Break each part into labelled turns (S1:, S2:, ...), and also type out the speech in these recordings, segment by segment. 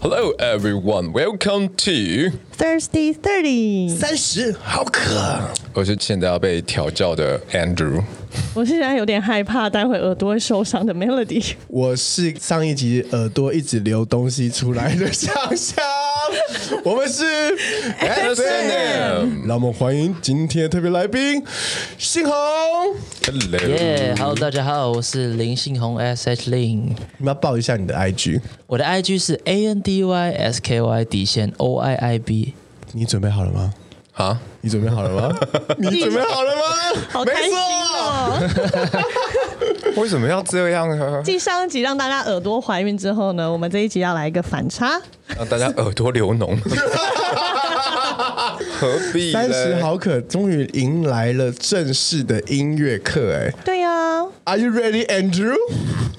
S1: Hello, everyone. Welcome to。
S2: Thirsty Thirty，
S3: 三十，好渴。
S1: 我是现在要被调教的 Andrew。
S2: 我现在有点害怕，待会耳朵会受伤的 Melody。
S3: 我是上一集耳朵一直流东西出来的香香，我 们是 S
S1: Sam
S3: 让我们欢迎今天的特别来宾信宏。
S1: Hello，
S4: 耶、h e l l o 大家好，我是林信宏 S H Lin，
S3: 你们要报一下你的 IG，
S4: 我的 IG 是 A N D Y S K Y 底线 O I I B，
S3: 你准备好了吗？
S1: 啊，
S3: 你准备好了 吗？你准备好了吗？
S2: 好
S3: 没
S2: 开心
S3: 错，
S2: 哦！
S1: 为什么要这样啊？
S2: 继上一集让大家耳朵怀孕之后呢，我们这一集要来一个反差。
S1: 让大家耳朵 流脓，何必
S3: 三十
S1: 嘞？
S3: 好渴，终于迎来了正式的音乐课。哎
S2: 对啊呀、
S3: ，Are you ready, Andrew？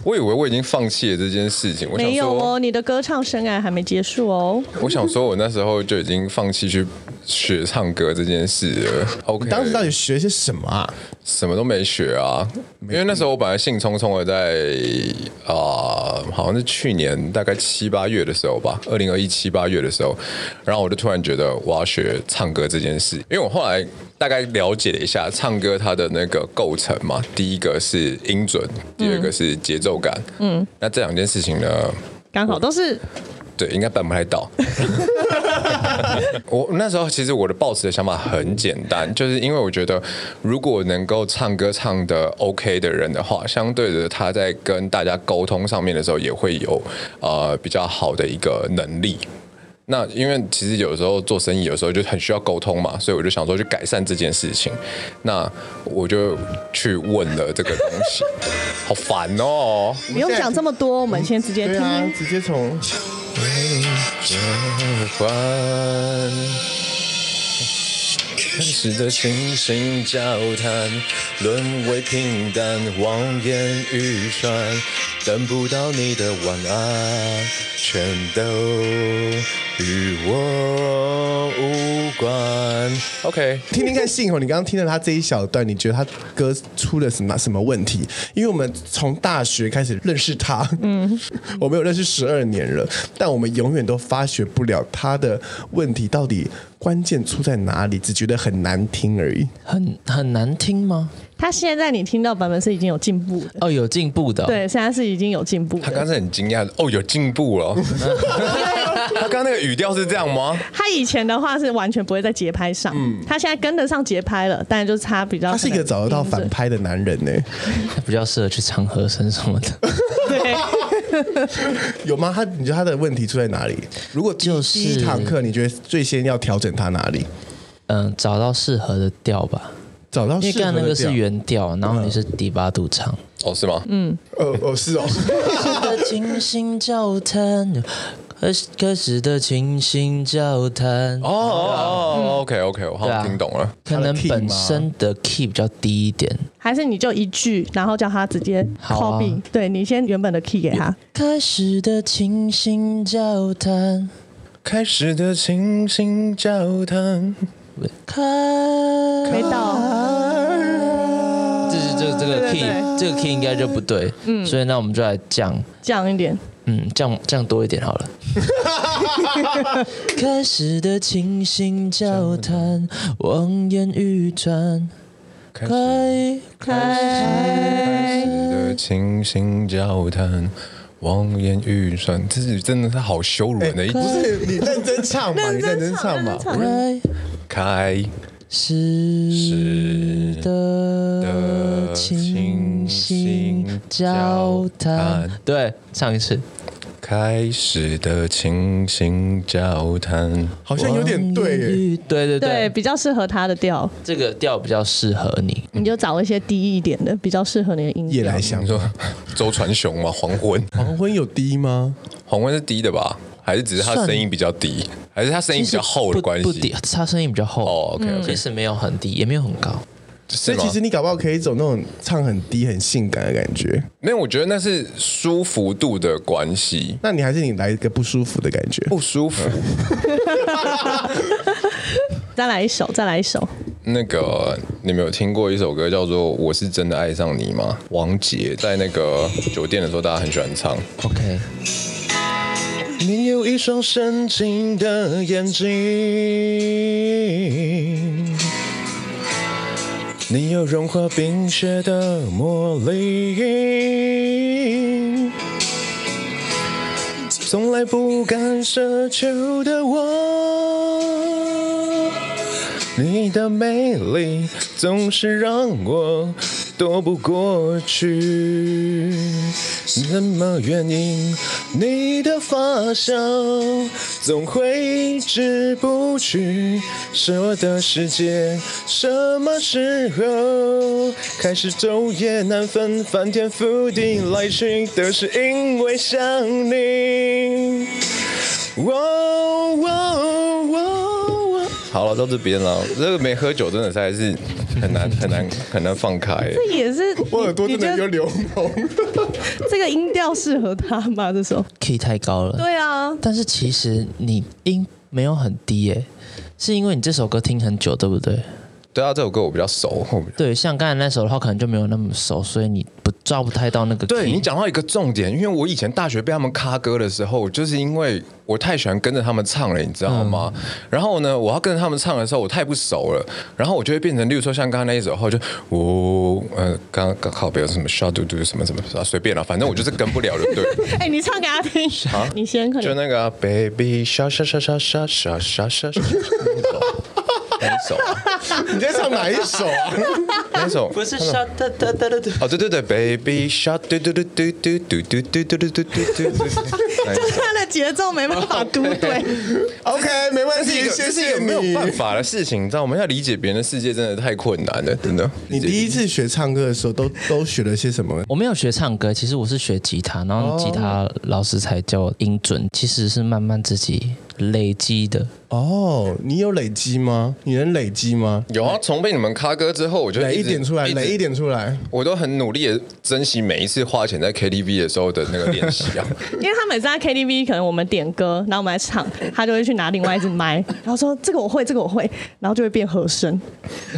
S1: 我以为我已经放弃了这件事情。我想
S2: 没有
S1: 说，
S2: 哦，你的歌唱生涯还没结束哦。
S1: 我想说，我那时候就已经放弃去学唱歌这件事了。OK，
S3: 当时到底学些什么啊？
S1: 什么都没学啊，因为那时候我本来兴冲冲的在啊、好像是去年大概七八月的时候吧，二零二一七八月的时候，然后我就突然觉得我要学唱歌这件事，因为我后来大概了解了一下唱歌它的那个构成嘛，第一个是音准，第二个是节奏感，嗯，那这两件事情呢，
S2: 刚好都是
S1: 对，应该办不太到。 我那时候其实我的抱持的想法很简单，就是因为我觉得如果能够唱歌唱的 OK 的人的话，相对的他在跟大家沟通上面的时候也会有呃比较好的一个能力。那因为其实有时候做生意，有时候就很需要沟通嘛，所以我就想说去改善这件事情。那我就去问了这个东西， 好烦哦！
S2: 不用讲这么多，我们先直接
S3: 对
S2: 听。
S3: 啊，直接从
S1: 关。天使的星星交谈，沦为平淡，望眼欲穿，等不到你的晚安，全都与我无关。OK，
S3: 听听看信宏，你刚刚听了他这一小段，你觉得他歌出了什么什么问题？因为我们从大学开始认识他，嗯，我们有认识十二年了，但我们永远都发觉不了他的问题到底关键出在哪里，只觉得很难听而已。
S4: 很很难听吗？
S2: 他现在你听到版本是已经有进步的，
S4: 哦，有进步的哦、
S2: 对，现在是已经有进步
S1: 他刚
S2: 的。
S1: 才很惊讶，哦，有进步了。他刚刚那个语调是这样吗？
S4: 嗯
S2: 他以前的话是完全不会在节拍上，他现在跟得上节拍了，但就差比较。
S3: 嗯他是一个找得到反拍的男人呢、
S4: 他比较适合去唱和声什么的，
S2: 对。
S3: 有吗？他你觉得他的问题出在哪里？如果第
S4: 就是
S3: 第一堂课，你觉得最先要调整他哪里？
S4: 嗯，找到适合的调吧，
S3: 找到
S4: 因为
S3: 适合
S4: 刚刚那
S3: 的
S4: 个是
S3: 调
S4: 原调，然后你是低八度唱。
S1: 哦，是吗？
S3: 呃哦是哦，
S4: 的清醒交谈，开始开始的清醒交谈。
S1: 哦哦哦，OK OK，我好
S4: 对
S1: 像
S4: 啊
S1: 听懂了。
S4: 可能
S3: 他的 key
S4: 本
S3: 吗
S4: 身的 key 比较低一点，
S2: 还是你就一句，然后叫他直接
S4: 好啊
S2: copy，、对你先原本的 key 给他。
S4: 开始的清醒交谈，
S1: 开始的清醒交谈。
S4: 开，
S2: 没到，
S4: 这是这这
S2: 对对
S4: 个 key，
S2: 对
S4: 这个 key 应该就不对，嗯，所以那我们就来降，
S2: 降一点，
S4: 嗯，降降多一点好 了。开始的清醒交谈，望眼欲穿，
S1: 开
S4: 开
S1: 开
S2: 开
S1: 始的清醒交谈，望眼欲穿，这是真的是好羞辱人的一
S3: 不
S1: 集。
S3: 是你认真唱嘛，你 认真唱嘛。
S4: 开
S1: 开
S4: 始的清醒交谈，对，唱一次。
S1: 开始的清醒交谈，
S3: 好像有点对耶。
S4: 对
S2: 对，
S4: 对对，
S2: 比较适合他的调，
S4: 这个调比较适合你。
S3: 嗯
S2: 你就找一些低一点的，比较适合你的音
S3: 夜
S2: 调。
S3: 来
S1: 想
S3: 香，
S1: 说周传雄嘛，黄 昏，
S3: 黄昏有低吗？
S1: 黄昏是低的吧？还是只是他
S4: 算
S1: 声音比较低，还是他声音比较厚的关
S4: 不不低
S1: 系？，
S4: 他声音比较厚。
S1: 哦，OK，OK
S4: 其实没有很低，也没有很高。
S1: 是
S3: 所以
S1: 吗
S3: 其？实你搞不好可以走那种唱很低、很性感的感觉。
S1: 没有，我觉得那是舒服度的关系，
S3: 那你还是你来一个不舒服的感觉。
S1: 不舒服。
S2: 再来一首，再来一首，
S1: 那个，你们有听过一首歌叫做《我是真的爱上你》吗？王杰在那个酒店的时候，大家很喜欢唱。
S4: OK，
S1: 你有一双深情的眼睛，你有融化冰雪的魔力。从来不敢奢求的我，你的美丽总是让我躲不过去。那么原因，你的发香总挥之不去，是我的世界。什么时候开始昼夜难分，翻天覆地来去，都是因为想你。哦哦哦哦好了，到这边了。这个没喝酒真的实在是很难很难很难放开。
S2: 这也是
S3: 我耳朵
S2: 你
S3: 真
S2: 你觉
S3: 的有
S2: 得
S3: 流脓。
S2: 这个音调适合他吗？这首
S4: key 太高了。
S2: 对啊，
S4: 但是其实你音没有很低耶、是因为你这首歌听很久，对不对？
S1: 对啊，这首歌我比较熟。我比较
S4: 对，像刚才那首的话，可能就没有那么熟，所以你不抓不太到那个 key。
S1: 对你讲到一个重点，因为我以前大学被他们咖歌的时候，就是因为我太喜欢跟着他们唱了，你知道吗？然后呢，我要跟着他们唱的时候，我太不熟了，然后我就会变成，例如说像刚刚那一首后，就我呃，刚刚好别有什么 shot 嘟嘟什么什么啊，随便了、反正我就是跟不了就对了。
S2: 哎、你唱给他听，你先可
S1: 就
S2: 能
S1: 那个、啊、baby 沙沙沙沙沙沙沙沙沙，那一首，
S3: 你在唱哪一首啊？
S1: 那一首，那一首。
S4: 是 shut 哒哒 哒哒哒。
S1: 哦，对对对，baby shark，嘟嘟嘟嘟嘟嘟嘟嘟嘟嘟嘟嘟嘟，那一
S3: 哎
S1: 首
S2: 就是他的节奏没办法嘟 对，
S3: OK，没问
S1: 这是一
S3: 题，
S1: 个
S3: 谢
S1: 这是一
S3: 谢
S1: 个没有办
S3: 你。
S1: 法的事情，你知道，我们要理解别人的世界真的太困难了，真的。
S3: 你第一次学唱歌的时候，都都学了些什么？
S4: 我没有学唱歌，其实我是学吉他，然后吉他老师才教我音准，其实是慢慢自己累积的。
S3: 哦，你有累积吗？你能累积吗？
S1: 有啊，从被你们咖歌之后，我就
S3: 累
S1: 直
S3: 一点出来，
S1: 直
S3: 累一点出来。
S1: 我都很努力的珍惜每一次花钱在 KTV 的时候的那个练习啊。
S2: 因为他每次在 KTV，可能我们点歌，然后我们来唱，他就会去拿另外一支麦，然后说这个我会，这个我会，然后就会变和声，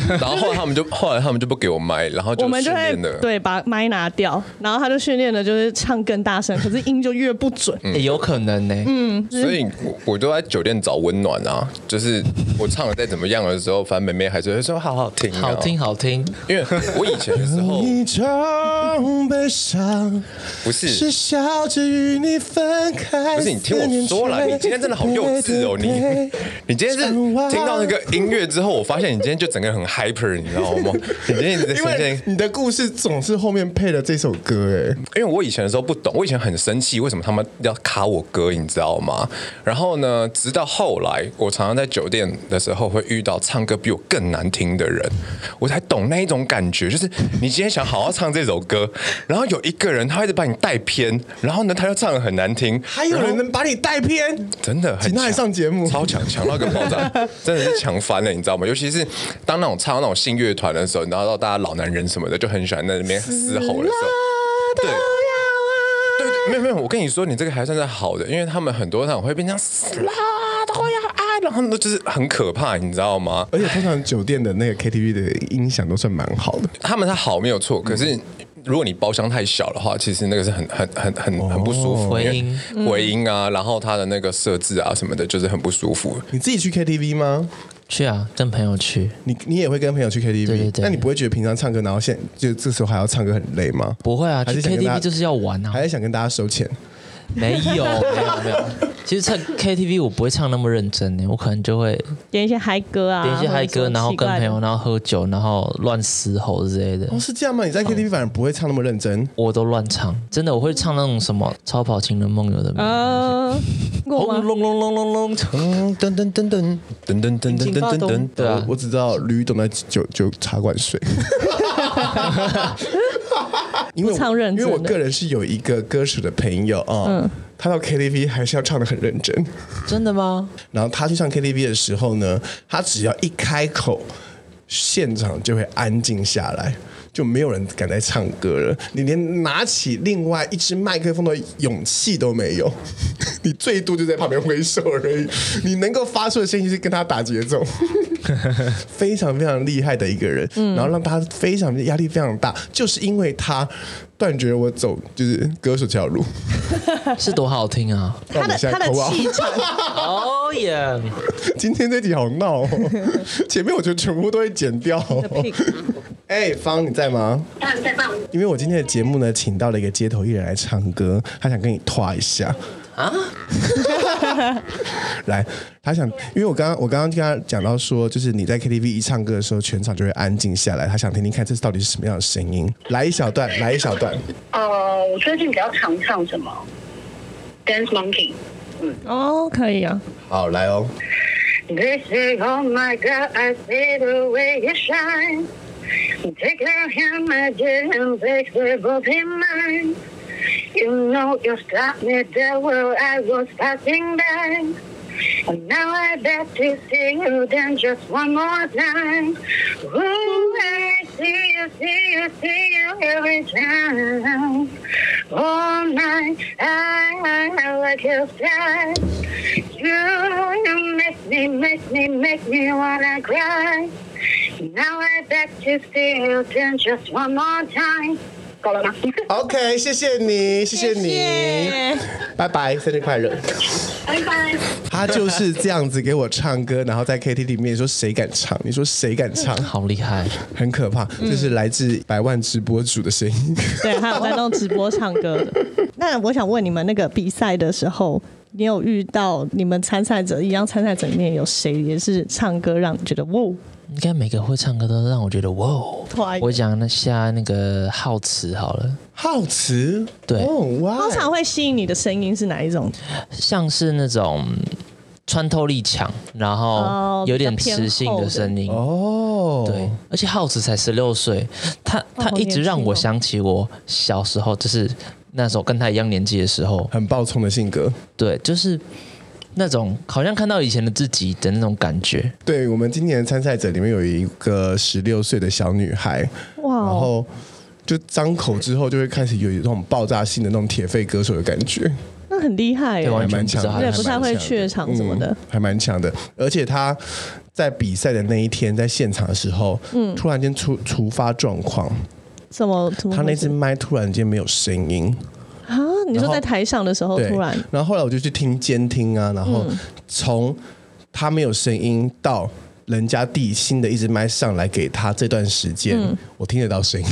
S1: 然后后来他们就后来他们就不给我麦，然后就
S2: 我们就
S1: 训
S2: 会
S1: 练了。
S2: 对把麦拿掉，然后他就训练的就是唱更大声，可是音就越不准。
S1: 嗯
S4: 欸有可能呢、
S1: 所以我我都在酒店找温暖啊，就是我唱的再怎么样的时候，反正妹妹还是会说好好听、啊
S4: 好听。好听，
S1: 因为我以前的时 候
S3: 一场悲伤，
S1: 不是
S3: 是笑着与你分开。
S1: 不是你听我说了，你今天真的好幼稚哦！你 你今天是听到那个音乐之后，我发现你今天就整个人很 hyper，你知道吗？你今天一直在
S3: 因
S1: 呈现
S3: 为，你的故事总是后面配了这首歌，哎，
S1: 因为我以前的时候不懂，我以前很生气，为什么他们要卡我歌，你知道吗？然后呢，直到后来，我常常在酒店的时候会遇到唱歌比我更难听的人，我才懂那一种感觉，就是你今天想好好唱这首歌，然后有一个人他一直把你带偏，然后呢，他又唱的很难听，
S3: 还有
S1: 然后
S3: 人能把你带偏，
S1: 真的很
S3: 请他来
S1: 强
S3: 上节目
S1: 超强，强到一个爆 炸，真的是强翻了，你知道吗？尤其是当那种唱那种信乐团的时候，你知道大家老男人什么的就很喜欢在那边嘶吼的时候，对。对对没有没有，我跟你说，你这个还算是好的，因为他们很多那种会变成死啦，都会要爱，然后呢就是很可怕，你知道吗？
S3: 而且通常酒店的那个 KTV 的音响都算蛮好的。
S1: 他们他好没有错，可是
S3: 嗯
S1: 如果你包厢太小的话，其实那个是很很很很很不舒服，
S4: 哦回
S1: 因为
S4: 音
S1: 回音啊，然后它的那个设置啊什么的，就是很不舒服。
S3: 你自己去 KTV 吗？
S4: 去啊，跟朋友去，
S3: 你你也会跟朋友去 KTV，
S4: 对对对
S3: 那你不会觉得平常唱歌，然后现就这时候还要唱歌很累吗？
S4: 不会啊，
S3: 还
S4: 去
S3: 是想跟大
S4: KTV
S3: 家
S4: 就是要玩啊
S3: 还，是想跟大家收钱？
S4: 没 有没有没有。其实唱 KTV 我不会唱那么认真欸呢、我可能就会
S2: 点一些嗨歌啊，
S4: 点一些嗨
S2: 或者
S4: 歌，
S2: 是
S4: 然后
S2: 奇
S4: 跟
S2: 怪的
S4: 朋友，然后喝酒，然后乱嘶吼之类的
S3: 哦，，是这样吗？你在 KTV 反而不会唱那么认真。
S4: 我都乱唱，真的我会唱那种什么《超跑情人梦》有的没有。
S2: 呃，过
S4: 轰
S2: 吗？
S4: 隆隆隆 隆隆，
S1: 噔噔噔噔噔噔噔噔噔噔噔
S4: 对啊
S3: 我，我只知道吕董在酒酒茶馆睡。 因为我
S2: 不唱认真
S3: 因
S2: 的
S3: 为我个人是有一个歌手的朋友啊，
S1: 嗯
S3: 他到 KTV 还是要唱的很认真。
S4: 真的吗？
S3: 然后他去唱 KTV 的时候呢，他只要一开口，现场就会安静下来，就没有人敢再唱歌了。你连拿起另外一支麦克风的勇气都没有， 你最多就在旁边挥手而已。你能够发出的声音是跟他打节奏，
S2: 嗯
S3: 非常非常厉害的一个人，然后让他非常压力非常大，就是因为他。断绝我走就是歌手这条路。
S4: 是多好听 啊！
S3: 那
S2: 他
S3: 我
S2: 的
S3: 们现
S2: 他
S3: 在
S2: 的
S3: 口号，
S2: 气场，
S4: 哦耶！
S3: 今天这集好闹、哦，前面我觉得全部都会剪掉、
S2: 的 pick
S3: 哎、芳，你在吗？
S5: 当然在放
S3: 因为我今天的节目呢，请到了一个街头艺人来唱歌，他想跟你拖一下啊。 来，他想，因为我刚刚我刚刚跟他讲到说，就是你在 KTV 一唱歌的时候，全场就会安静下来。他想听听看这到底是什么样的声音。来一小段，来一小段。
S5: 呃，我最近比较常唱什么？Dance Monkey。
S2: 哦，可以啊，
S3: 好，来哦。
S5: They say, oh my God, I see the way you shine. Take your hand, my dear, and take the both in mine. You know you stopped me there where I was passing by. And now I bet to see you then just one more time. Ooh, I see you, see you, see you every time. All night, I, I like your style. You, you make me, make me, make me wanna cry. Now I bet to see you then just one more time. 够了吗？
S3: OK，谢谢你，谢 谢你，拜拜，生日快乐。
S5: 拜拜。
S3: 他就是这样子给我唱歌，然后在 KTV 里面说谁敢唱？你说谁敢唱？
S4: 好厉害！
S3: 很可怕，这是来自百万直播主的声音。
S2: 对，还有在弄直播唱歌的。那我想问你们，那个比赛的时候，你有遇到你们参赛者一样参赛者里面有谁也是唱歌让你觉得哇？
S4: 应该每个会唱歌都让我觉得哇哦
S2: 团！
S4: 我讲那下那个浩慈好了，
S3: 好奇，
S4: 对
S3: 哦哇，
S2: 通常会吸引你的声音是哪一种？
S4: 像是那种穿透力强，然后
S2: 哦
S4: 有点
S2: 比较偏
S4: 磁性的声音。
S3: 哦，
S4: 对，而且浩子才十六岁，他
S2: 哇
S4: 他
S2: 好
S4: 一直
S2: 年
S4: 让
S2: 轻
S4: 我
S2: 哦
S4: 想起我小时候，就是那时候跟他一样年纪的时候，
S3: 很暴冲的性格。
S4: 对，就是那种好像看到以前的自己的那种感觉。
S3: 对我们今年的参赛者里面有一个十六岁的小女孩，
S2: 哇
S3: 然
S2: 哦，
S3: 后就张口之后就会开始有那种爆炸性的那种铁肺歌手的感觉，
S2: 那很厉害耶欸
S4: 对，完
S3: 还
S4: 全
S3: 蛮
S4: 不知
S3: 强
S4: 道
S3: 的，还
S4: 对
S3: 蛮
S4: 不
S2: 太会
S3: 强的
S2: 怯场什么的
S3: 嗯还蛮强的。而且她在比赛的那一天，在现场的时候，嗯，突然间突突发状况，
S2: 怎么怎么回事？
S3: 她那只麦突然间没有声音。
S2: 啊，你说
S3: 然后
S2: 在台上的时候
S3: 对，
S2: 哦突然嗯
S3: 然后后来我就去听监听啊，然后从他没有声音到人家递新的一支麦上来给他这段时间，
S2: 嗯
S3: 我听得到声音，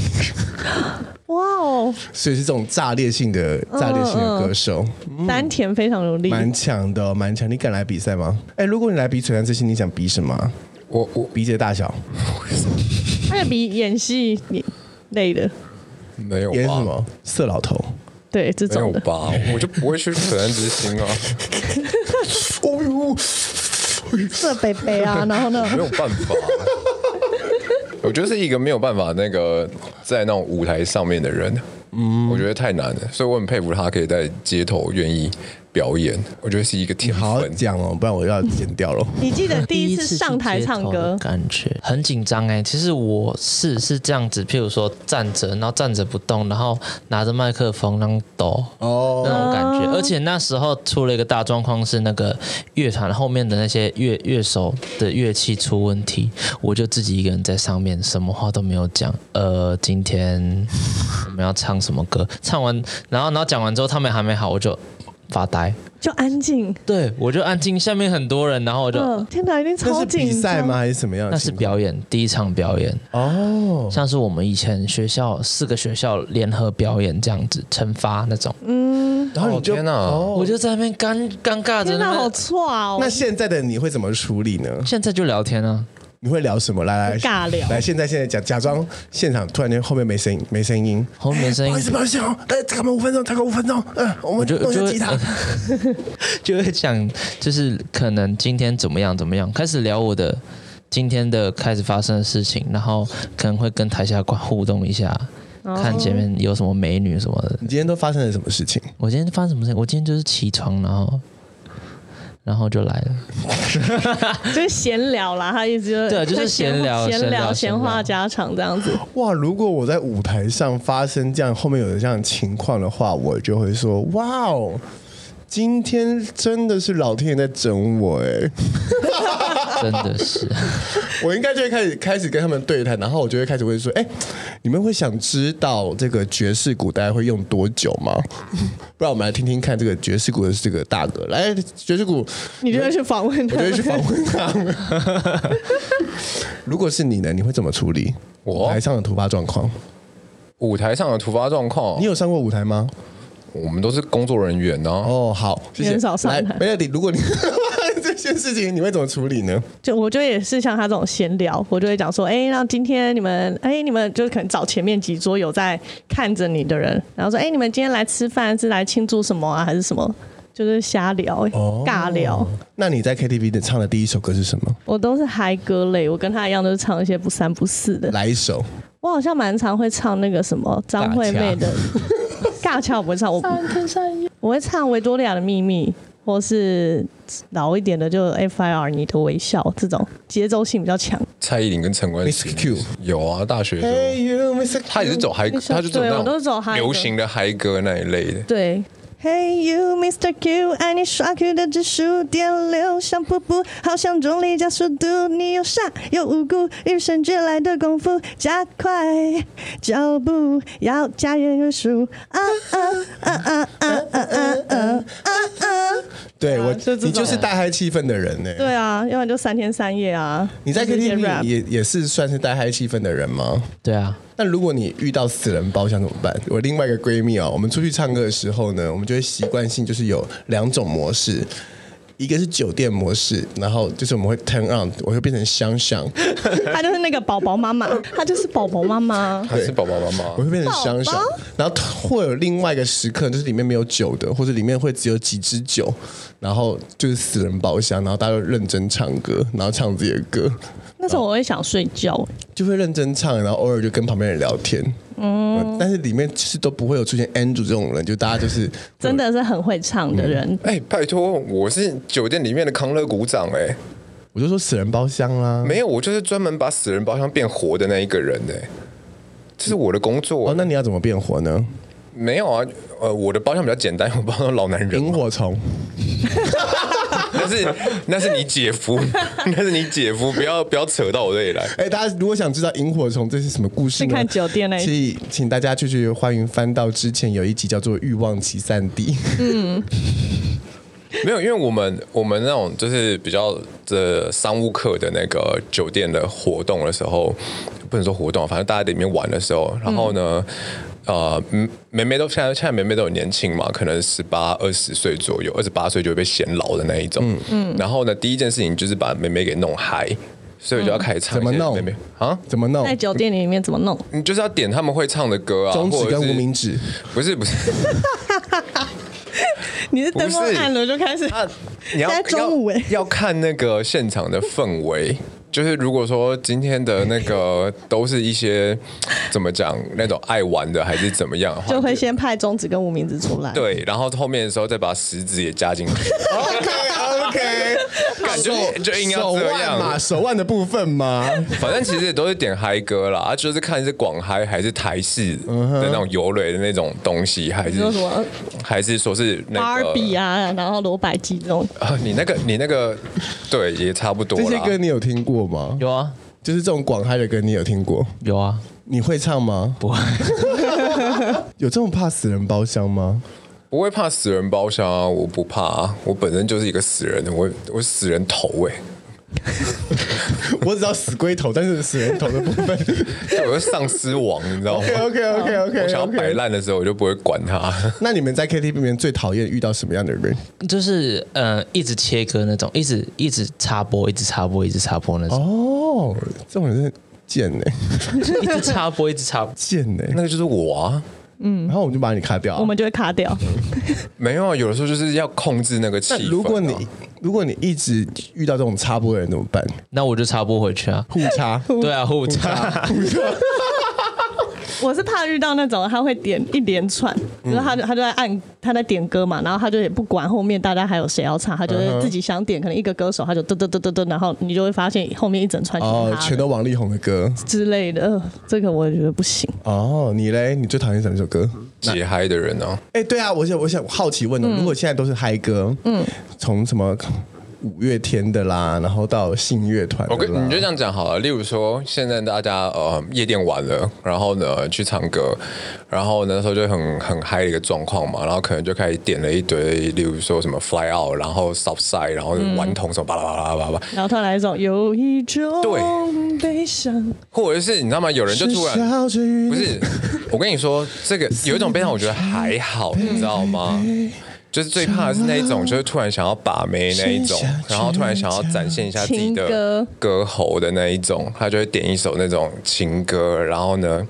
S2: 哇哦，
S3: 所以是这种炸裂性的
S2: 嗯
S3: 炸裂性的歌手，
S2: 丹田非常有力，
S3: 蛮强的哦，蛮强。你敢来比赛吗？哎，如果你来比璀璨之星，你想比什么啊？
S1: 我我
S3: 比姐大小，
S2: 他也比演戏累的，
S1: 没有
S3: 演什
S1: 吧？
S3: 么？色老头。
S2: 对这
S1: 没有
S2: 种的。
S1: 吧？我就不会去可能之星 啊，
S3: 哦呦，
S2: 这北北啊，然后呢？
S1: 没有办法。我就是一个没有办法那个在那种舞台上面的人，嗯，我觉得太难了，所以我很佩服他可以在街头愿意表演，我觉得是一个天
S3: 好好
S1: 分。
S3: 讲哦，不然我要剪掉了。
S2: 你记得第一次
S4: 去
S2: 上台唱
S4: 街头的
S2: 歌，
S4: 感觉很紧张哎。其实我是是这样子，譬如说站着，然后站着不动，然后拿着麦克风那样抖。
S3: 哦，
S4: 那种感觉，而且那时候出了一个大状况，是那个乐团后面的那些乐乐手的乐器出问题，我就自己一个人在上面，什么话都没有讲。呃，今天我们要唱什么歌？唱完，然后然后讲完之后，他们还没好，我就发呆。
S2: 就安静。
S4: 对，我就安静，下面很多人，然后我就、
S2: 嗯，天哪，一定
S3: 那
S2: 超
S3: 是比
S2: 紧
S3: 赛
S2: 张
S3: 吗？。还是什么样的
S4: 那是
S3: 情况？
S4: 表演，第一场表演，
S3: 哦，
S4: 像是我们以前学校四个学校联合表演这样子，惩罚那种，
S3: 然后你就
S1: 哦天哪
S3: 哦
S4: 我就在那边尴尴尬着
S2: 天哪，
S4: 那
S2: 好
S4: 边。
S2: 错哦！
S3: 那现在的你会怎么处理呢？
S4: 现在就聊天啊，
S3: 你会聊什么？来来，
S2: 尬聊
S3: 来，现在现在假假装现场突然间后面没声音，没声音。
S4: 后面没声
S3: 不
S4: 音
S3: 好意思，不好意思哦，呃，给我们五分钟，给我五分钟，嗯，我
S4: 我
S3: 们
S4: 就
S3: 弄一
S4: 就
S3: 下
S4: 呃会
S3: 吉他。
S4: 就会讲，就是可能今天怎么样怎么样，开始聊我的今天的开始发生的事情，然后可能会跟台下观互动一下，看前面有什么美女什么的。
S3: 你今天都发生了什么事情？
S4: 我今天发生什么事情？我今天就是起床，然后然后就来了。
S2: 就是闲聊啦，他一直就
S4: 对就是
S2: 在
S4: 闲聊
S2: 闲
S4: 闲聊
S2: 闲话家常这样子。
S3: 哇，如果我在舞台上发生这样后面有这样的情况的话，我就会说，哇哦，今天真的是老天爷在整我哎、
S4: 真的是。
S3: 我应该就会开始开始跟他们对谈，然后我就会开始问说：“哎、你们会想知道这个爵士鼓大概会用多久吗？ 不然我们来听听看这个爵士鼓的这个大哥来爵士鼓，
S2: 你就会去访问他
S3: 我就
S2: 们，
S3: 会去访问他们。 如果是你呢，你会怎么处理
S1: 我
S3: 舞台上的突发状况？
S1: 舞台上的突发状况
S3: 你，有上过舞台吗？
S1: 我们都是工作人员啊呢、
S3: 哦，好，谢谢。
S2: 很少上
S3: 来
S2: 台
S3: ，Melody，如果你 这件事情你会怎么处理呢？
S2: 就我就也是像他这种闲聊，我就会讲说，哎、那今天你们，哎、你们就是可能找前面几桌有在看着你的人，然后说，哎、你们今天来吃饭是来庆祝什么啊，还是什么？就是瞎聊、尬聊，
S3: 那你在 KTV 的唱的第一首歌是什么？
S2: 我都是嗨歌类，我跟他一样都是唱一些不三不四的。
S3: 来一首。
S2: 我好像蛮常会唱那个什么张惠妹的尬腔，我不会唱，我我会唱《维多利亚的秘密》，或是老一点的就 FIR 你的微笑这种节奏性比较强。
S1: 蔡依林跟陈冠
S3: Miss
S1: 希
S3: Q
S1: 有啊，大学的时候
S3: Hey you, Mr.
S1: 他也是走嗨，
S2: 你说
S1: 他就走那
S2: 对我都是走
S1: 种
S2: 嗨歌
S1: 流行的嗨歌那一类的。
S2: 对。Hey you, Mr. Q，爱你耍 Q 的指数点六，像瀑布，好像重力加速度。你又傻又无辜，与生俱来的功夫，加快脚步，要加热有数。啊啊啊啊啊啊啊啊啊啊！
S3: 对我，
S2: 就这种啊
S3: 你就是带嗨气氛的人呢、
S2: 对啊，要不然就三天三夜啊。
S3: 你在
S2: 就是一些
S3: KTV
S2: rap
S3: 也也是算是带嗨气氛的人吗？
S4: 对啊，
S3: 那如果你遇到死人包厢怎么办？我另外一个闺蜜哦，我们出去唱歌的时候呢，我们就会习惯性就是有两种模式。一个是酒店模式，然后就是我们会 turn on，我会变成香香，
S2: 他就是那个宝宝妈妈，他就是宝宝妈妈。
S1: 他是宝宝妈妈
S3: 我，会变成香香
S2: 宝，
S3: 然后会有另外一个时刻，就是里面没有酒的，或者里面会只有几支酒，然后就是死人包厢，然后大家就认真唱歌，然后唱自己的歌，
S2: 那时候我会想睡觉，
S3: 就会认真唱，然后偶尔就跟旁边人聊天。嗯，但是里面其实都不会有出现 Andrew 这种人，就大家就是
S2: 真的是很会唱的人。
S1: 哎、拜托，我是酒店里面的康乐鼓掌、哎，
S3: 我就说死人包厢啦。
S1: 没有，我就是专门把死人包厢变活的那一个人、哎，这是我的工作。
S3: 哦，那你要怎么变活呢？
S1: 没有啊，呃，我的包厢比较简单， 我包厢老男人
S3: 萤
S1: 嘛，
S3: 火虫，
S1: 那是那是你姐夫， 那是你姐夫，不要不要扯到我这里来。
S3: 哎、大家如果想知道萤火虫这是什么故事呢，
S2: 去看酒店那一
S3: 请请大家就是欢迎翻到之前有一集叫做《欲望集散地》，
S1: 没有，因为我们我们那种就是比较这商务客的那个酒店的活动的时候，不能说活动，反正大家在里面玩的时候，然后呢，呃，嗯妹妹都现在现在妹妹都很年轻嘛，可能十八二十岁左右，二十八岁就会被显老的那一种。嗯嗯。然后呢，第一件事情就是把妹妹给弄嗨，所以我就要开始唱
S3: 怎么
S1: 一些
S3: 弄
S1: 妹妹啊。
S3: 怎么弄
S2: 在？酒店里面怎么弄？
S1: 你就是要点他们会唱的歌啊，
S3: 中指
S1: 或者
S3: 跟
S1: 是
S3: 无名指，
S1: 不是不是，
S2: 你是
S1: 不
S2: 灯
S1: 是
S2: 光暗了就开始，
S1: 啊，你要
S2: 现在中午欸
S1: 要要看那个现场的氛围。就是如果说今天的那个都是一些怎么讲那种爱玩的还是怎么样的话，
S2: 就会先派中指跟无名指出来。，
S1: 对，然后后面的时候再把食指也加进 去，
S3: OK OK，
S1: 感觉就硬要
S3: 哦手
S1: 这
S3: 腕嘛，
S1: 样。
S3: 手腕的部分嘛，
S1: 反正其实也都是点嗨歌啦，啊，就是看是广嗨还是台式的
S3: 嗯
S1: 那种油雷的那种东西，还
S2: 你
S1: 是
S2: 说什么
S1: 还是说是那个
S2: Barbie 啊，然后罗百吉这种，
S1: 啊，你那个你那个对也差不多
S3: 这
S1: 啦。
S3: 些歌你有听过吗？
S4: 有啊，
S3: 就是这种广嗨的歌，你有听过？
S4: 有啊，
S3: 你会唱吗？
S4: 不会。
S3: 有这么怕死人包厢吗？
S1: 不会怕死人包厢啊，我不怕啊，我本身就是一个死人，我我死人头哎、
S3: 我只知道死龟头，但是死人头的部分。
S1: 欸， 我是丧尸王，你知 道吗
S3: OK OK OK OK，
S1: 我想要摆烂的时候，我就不会管他。
S3: 那你们在 KTV 里面最讨厌遇到什么样的人？
S4: 就是呃，一直切割那种，一直一直插播，一直插播，一直插播那种，
S3: 哦，这种人真的贱呢、
S4: 一直插播，一直插播。
S3: 贱呢、
S1: 那个就是我啊，
S3: 然后我们就把你卡掉、啊。
S2: 我们就会卡掉。
S1: 没有啊，有的时候就是要控制那个气氛啊、
S3: 那如果你如果你一直遇到这种插播的人怎么办？
S4: 那我就插播回去啊。
S3: 互插，
S4: 对啊，互插。
S2: 我是怕遇到那种他会点一连串，比
S1: 嗯
S2: 如他就他就在按他在点歌嘛，然后他就也不管后面大家还有谁要唱，他
S1: 嗯
S2: 就是自己想点，可能一个歌手他就嘚嘚嘚嘚嘚，然后你就会发现后面一整串
S3: 哦
S2: 全，
S3: 全都王力宏的 歌。
S2: 之类的，呃这个我觉得不行。
S3: 哦，你嘞？你最讨厌什么首歌？
S1: 解嗨的人呢、啊，
S3: 嗯哎、对啊，我想我想好奇问哦，如果现在都是嗨歌，嗯，从什么五月天的啦，然后到信乐团的
S1: 我
S3: 啦。
S1: 跟你就这样讲好了。例如说，现在大家呃夜店玩了，然后呢去唱歌，然后那时候就很很嗨的一个状况嘛，然后可能就开始点了一堆，例如说什么 Fly Out，然后 Southside，然后顽童什么巴拉巴拉巴拉巴拉，
S2: 然后突然来一种有一种
S1: 对
S2: 悲伤，
S1: 或者是你知道吗？有人就突
S3: 是
S1: 然
S3: 笑着与你
S1: 不是，我跟你说，这个有一种悲伤，我觉得还好，你知道吗？就是最怕的是那一种，就是突然想要把妹那一种
S3: 卸下，
S1: 然后突然想要展现一下自己
S2: 情歌
S1: 的歌喉的那一种，他就会点一首那种情歌，然后呢，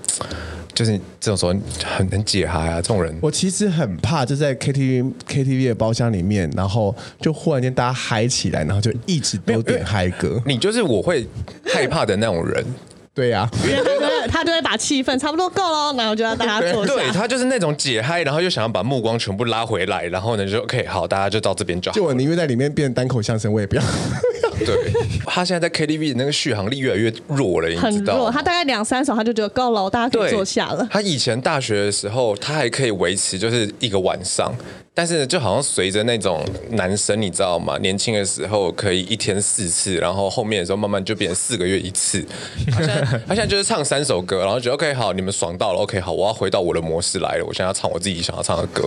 S1: 就是这种时候很很解嗨啊，这种人。
S3: 我其实很怕，就在 KTV KTV 的包厢里面，然后就忽然间大家嗨起来，然后就一直都点嗨歌。
S1: 你就是我会害怕的那种人，
S3: 对啊呀、
S2: 因为他就会他就会把气氛差不多够了，然后就要大家坐下。
S1: 对他就是那种解嗨，然后又想要把目光全部拉回来，然后呢就 OK 好，大家就到这边就好
S3: 就。我宁愿在里面变单口相声，我也不要。
S1: 对，他现在在 KTV 的那个续航力越来越弱了，你
S2: 很
S1: 知道
S2: 弱，
S1: 吗
S2: 他大概两三首他就觉得够了，大家可以
S1: 对，
S2: 坐下了。
S1: 他以前大学的时候，他还可以维持就是一个晚上，但是就好像随着那种男生，你知道吗？年轻的时候可以一天四次，然后后面的时候慢慢就变成四个月一次。他现在他现在就是唱三首歌，然后觉得 OK 好，你们爽到了 OK 好，我要回到我的模式来了，我现在要唱我自己想要唱的歌。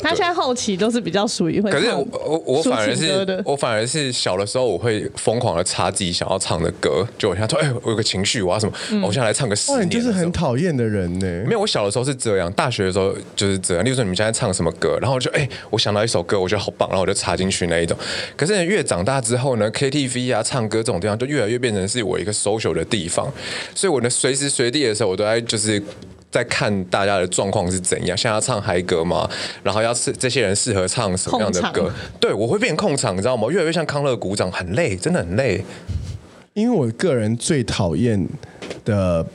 S2: 他现在后期都是比较属于会
S1: 可
S2: 唱
S1: 是我我我反而
S2: 抒情歌的
S1: 是我反而是小的时候，我会疯狂的插自己想要唱的歌，就我现在说，哎、我有个情绪，我要什么，
S2: 嗯
S1: 我现在来唱个十
S3: 哇，
S1: 年
S3: 哦你
S1: 的
S3: 就
S1: 时候，
S3: 是很讨厌的人呢、
S1: 没有，我小的时候是这样，大学的时候就是这样。例如说，你们现在唱什么歌，然后我就哎、我想到一首歌，我觉得好棒，然后我就插进去那一种。可是越长大之后呢，KTV 啊、唱歌这种地方就越来越变成是我一个 social 的地方，所以我呢随时随地的啊时候，我都在就是。在看大家的状况是怎样，像要唱嗨歌吗？然后要是这些人适合唱什么样的
S2: 控
S1: 歌
S2: 场？
S1: 对，我会变控场，你知道吗？越来越像康乐鼓掌，很累，真的很累。
S3: 因为我个人最讨厌的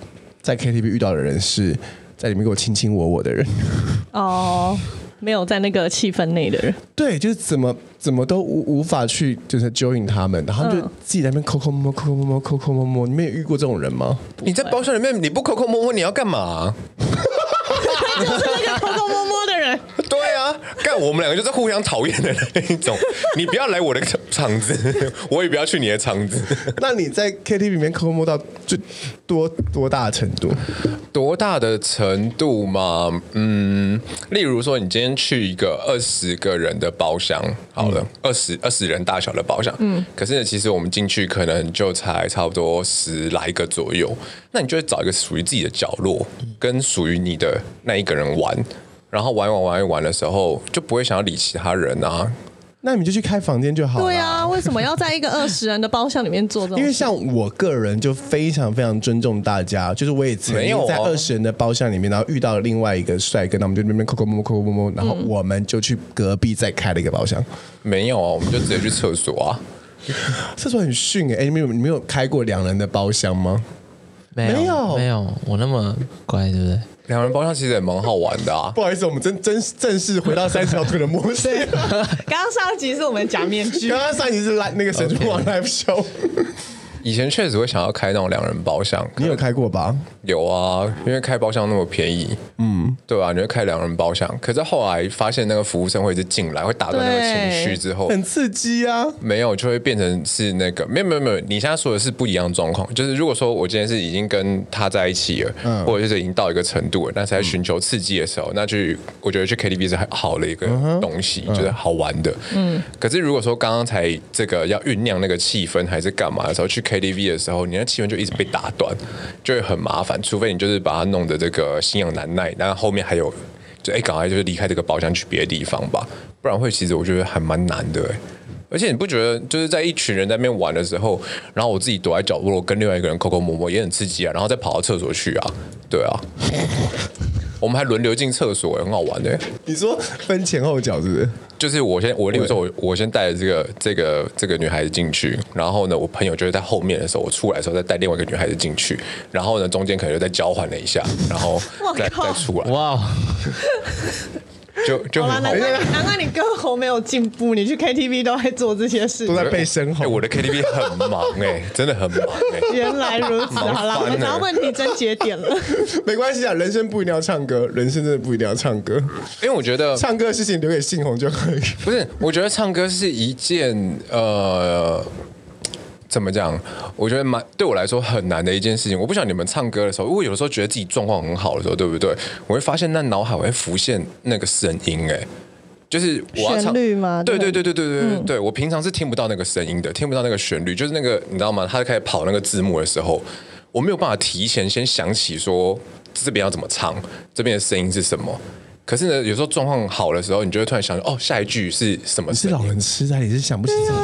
S3: 在 KTV 遇到的人是在里面给我卿卿我我的人。
S2: 哦，没有在那个气氛内的人，
S3: 对，就是怎么怎么都无无法去就是 join 他们，然后就
S2: 嗯
S3: 自己在那边抠抠摸摸抠抠摸摸抠抠摸摸。你们有遇过这种人吗？
S1: 你在包厢里面，你不抠抠摸摸，你要干嘛、
S2: 他 就是那个偷偷摸摸的 人。
S1: 对啊，干我们两个就是互相讨厌的那一种。你不要来我的场子，我也不要去你的场子。
S3: 那你在 KTV 里面抠抠摸到最多多大的程度？
S1: 多大的程度嘛？嗯，例如说，你今天去一个二十个人的包厢，好了，二十二十人大小的包厢，嗯，可是呢，其实我们进去可能就才差不多十来个左右，那你就会找一个属于自己的角落，跟属于你的那一个人玩。然后玩一玩玩一玩的时候，就不会想要理其他人啊，
S3: 那你们就去开房间就好了。
S2: 对啊，为什么要在一个二十人的包厢里面做这种？
S3: 因为像我个人就非常非常尊重大家，就是我也曾
S1: 没
S3: 经
S1: 有哦
S3: 在二十人的包厢里面，然后遇到了另外一个帅哥，那我们就在那边抠抠摸摸抠抠摸摸，然后我们就去隔壁再开了一个包厢。
S1: 没有啊，我们就直接去厕所啊。
S3: 厕所很逊哎、欸，你们有你们有开过两人的包厢吗？
S4: 没有
S3: 没有
S4: 没有，我那么乖，对不对？
S1: 两人包厢其实也蛮好玩的啊。
S3: 不好意思，我们真真正式回到三十条腿的模式。
S2: 刚刚上一集是我们假面具
S3: 刚，刚上一集是来那个神厨王 live show，
S1: 以前确实会想要开那种两人包厢，
S3: 你有开过吧？
S1: 有啊，因为开包厢那么便宜，嗯，对吧、啊？你会开两人包厢，可是后来发现那个服务生会一直进来，会打断那个情绪之后。
S3: 很刺激啊！
S1: 没有，就会变成是那个没有没有没有，你现在说的是不一样的状况。就是如果说我今天是已经跟他在一起了，
S3: 嗯
S1: 或者是已经到一个程度了，那才寻求刺激的时候，那去我觉得去 KTV 是很好的一个东西，就是好玩的。嗯，可是如果说刚刚才这个要酝酿那个气氛还是干嘛的时候，去 KTV 的时候，你的气氛就一直被打断，就会很麻烦。除非你就是把它弄得这个心痒难耐，然后后面还有。就哎，赶、快就是离开这个包厢去别的地方吧，不然会其实我觉得还蛮难的、哎而且你不觉得就是在一群人在那边玩的时候，然后我自己躲在角落跟另外一个人抠抠摸摸也很刺激啊，然后再跑到厕所去啊，对啊，我们还轮流进厕所、很好玩的、
S3: 你说分前后脚是不是？
S1: 就是我先我例如说我我先带着这个这个这个女孩子进去，然后呢我朋友就会在后面的时候，我出来的时候再带另外一个女孩子进去，然后呢中间可能又再交换了一下，然后
S2: 哇
S1: 再
S2: 靠
S1: 再出来，
S4: 哇，
S1: 就就
S2: 好啦，
S1: 很好
S2: 难怪
S1: 玩。
S2: 难怪你歌喉没有进步，你去 KTV 都在做这些事
S3: 都。在被生
S1: 哎
S3: 吼。
S1: 我的 KTV 很忙哎、真的很忙哎、
S2: 原来如此，
S1: 烦欸
S2: 好啦，我们
S1: 呢
S2: 找到问题症结点 了。
S3: 没关系啊，人生不一定要唱歌，人生真的不一定要唱歌，
S1: 因为我觉得
S3: 唱歌的事情留给信宏就可以。
S1: 不是，我觉得唱歌是一件呃。怎么讲？我觉得蛮对我来说很难的一件事情。我不想你们唱歌的时候，因为有的时候觉得自己状况很好的时候，对不对？我会发现那脑海会浮现那个声音，哎，就是我要
S2: 旋
S1: 唱
S2: 律吗
S1: 对对
S2: 对
S1: 对对对对对对，我平常是听不到那个声音的，听不到那个旋律，就是那个你知道吗？他开始跑那个字幕的时候，我没有办法提前先想起说这边要怎么唱，这边的声音是什么。可是呢，有时候状况好的时候，你就会突然想，哦，下一句是什么声音？
S3: 人痴呆，你是想不起这种。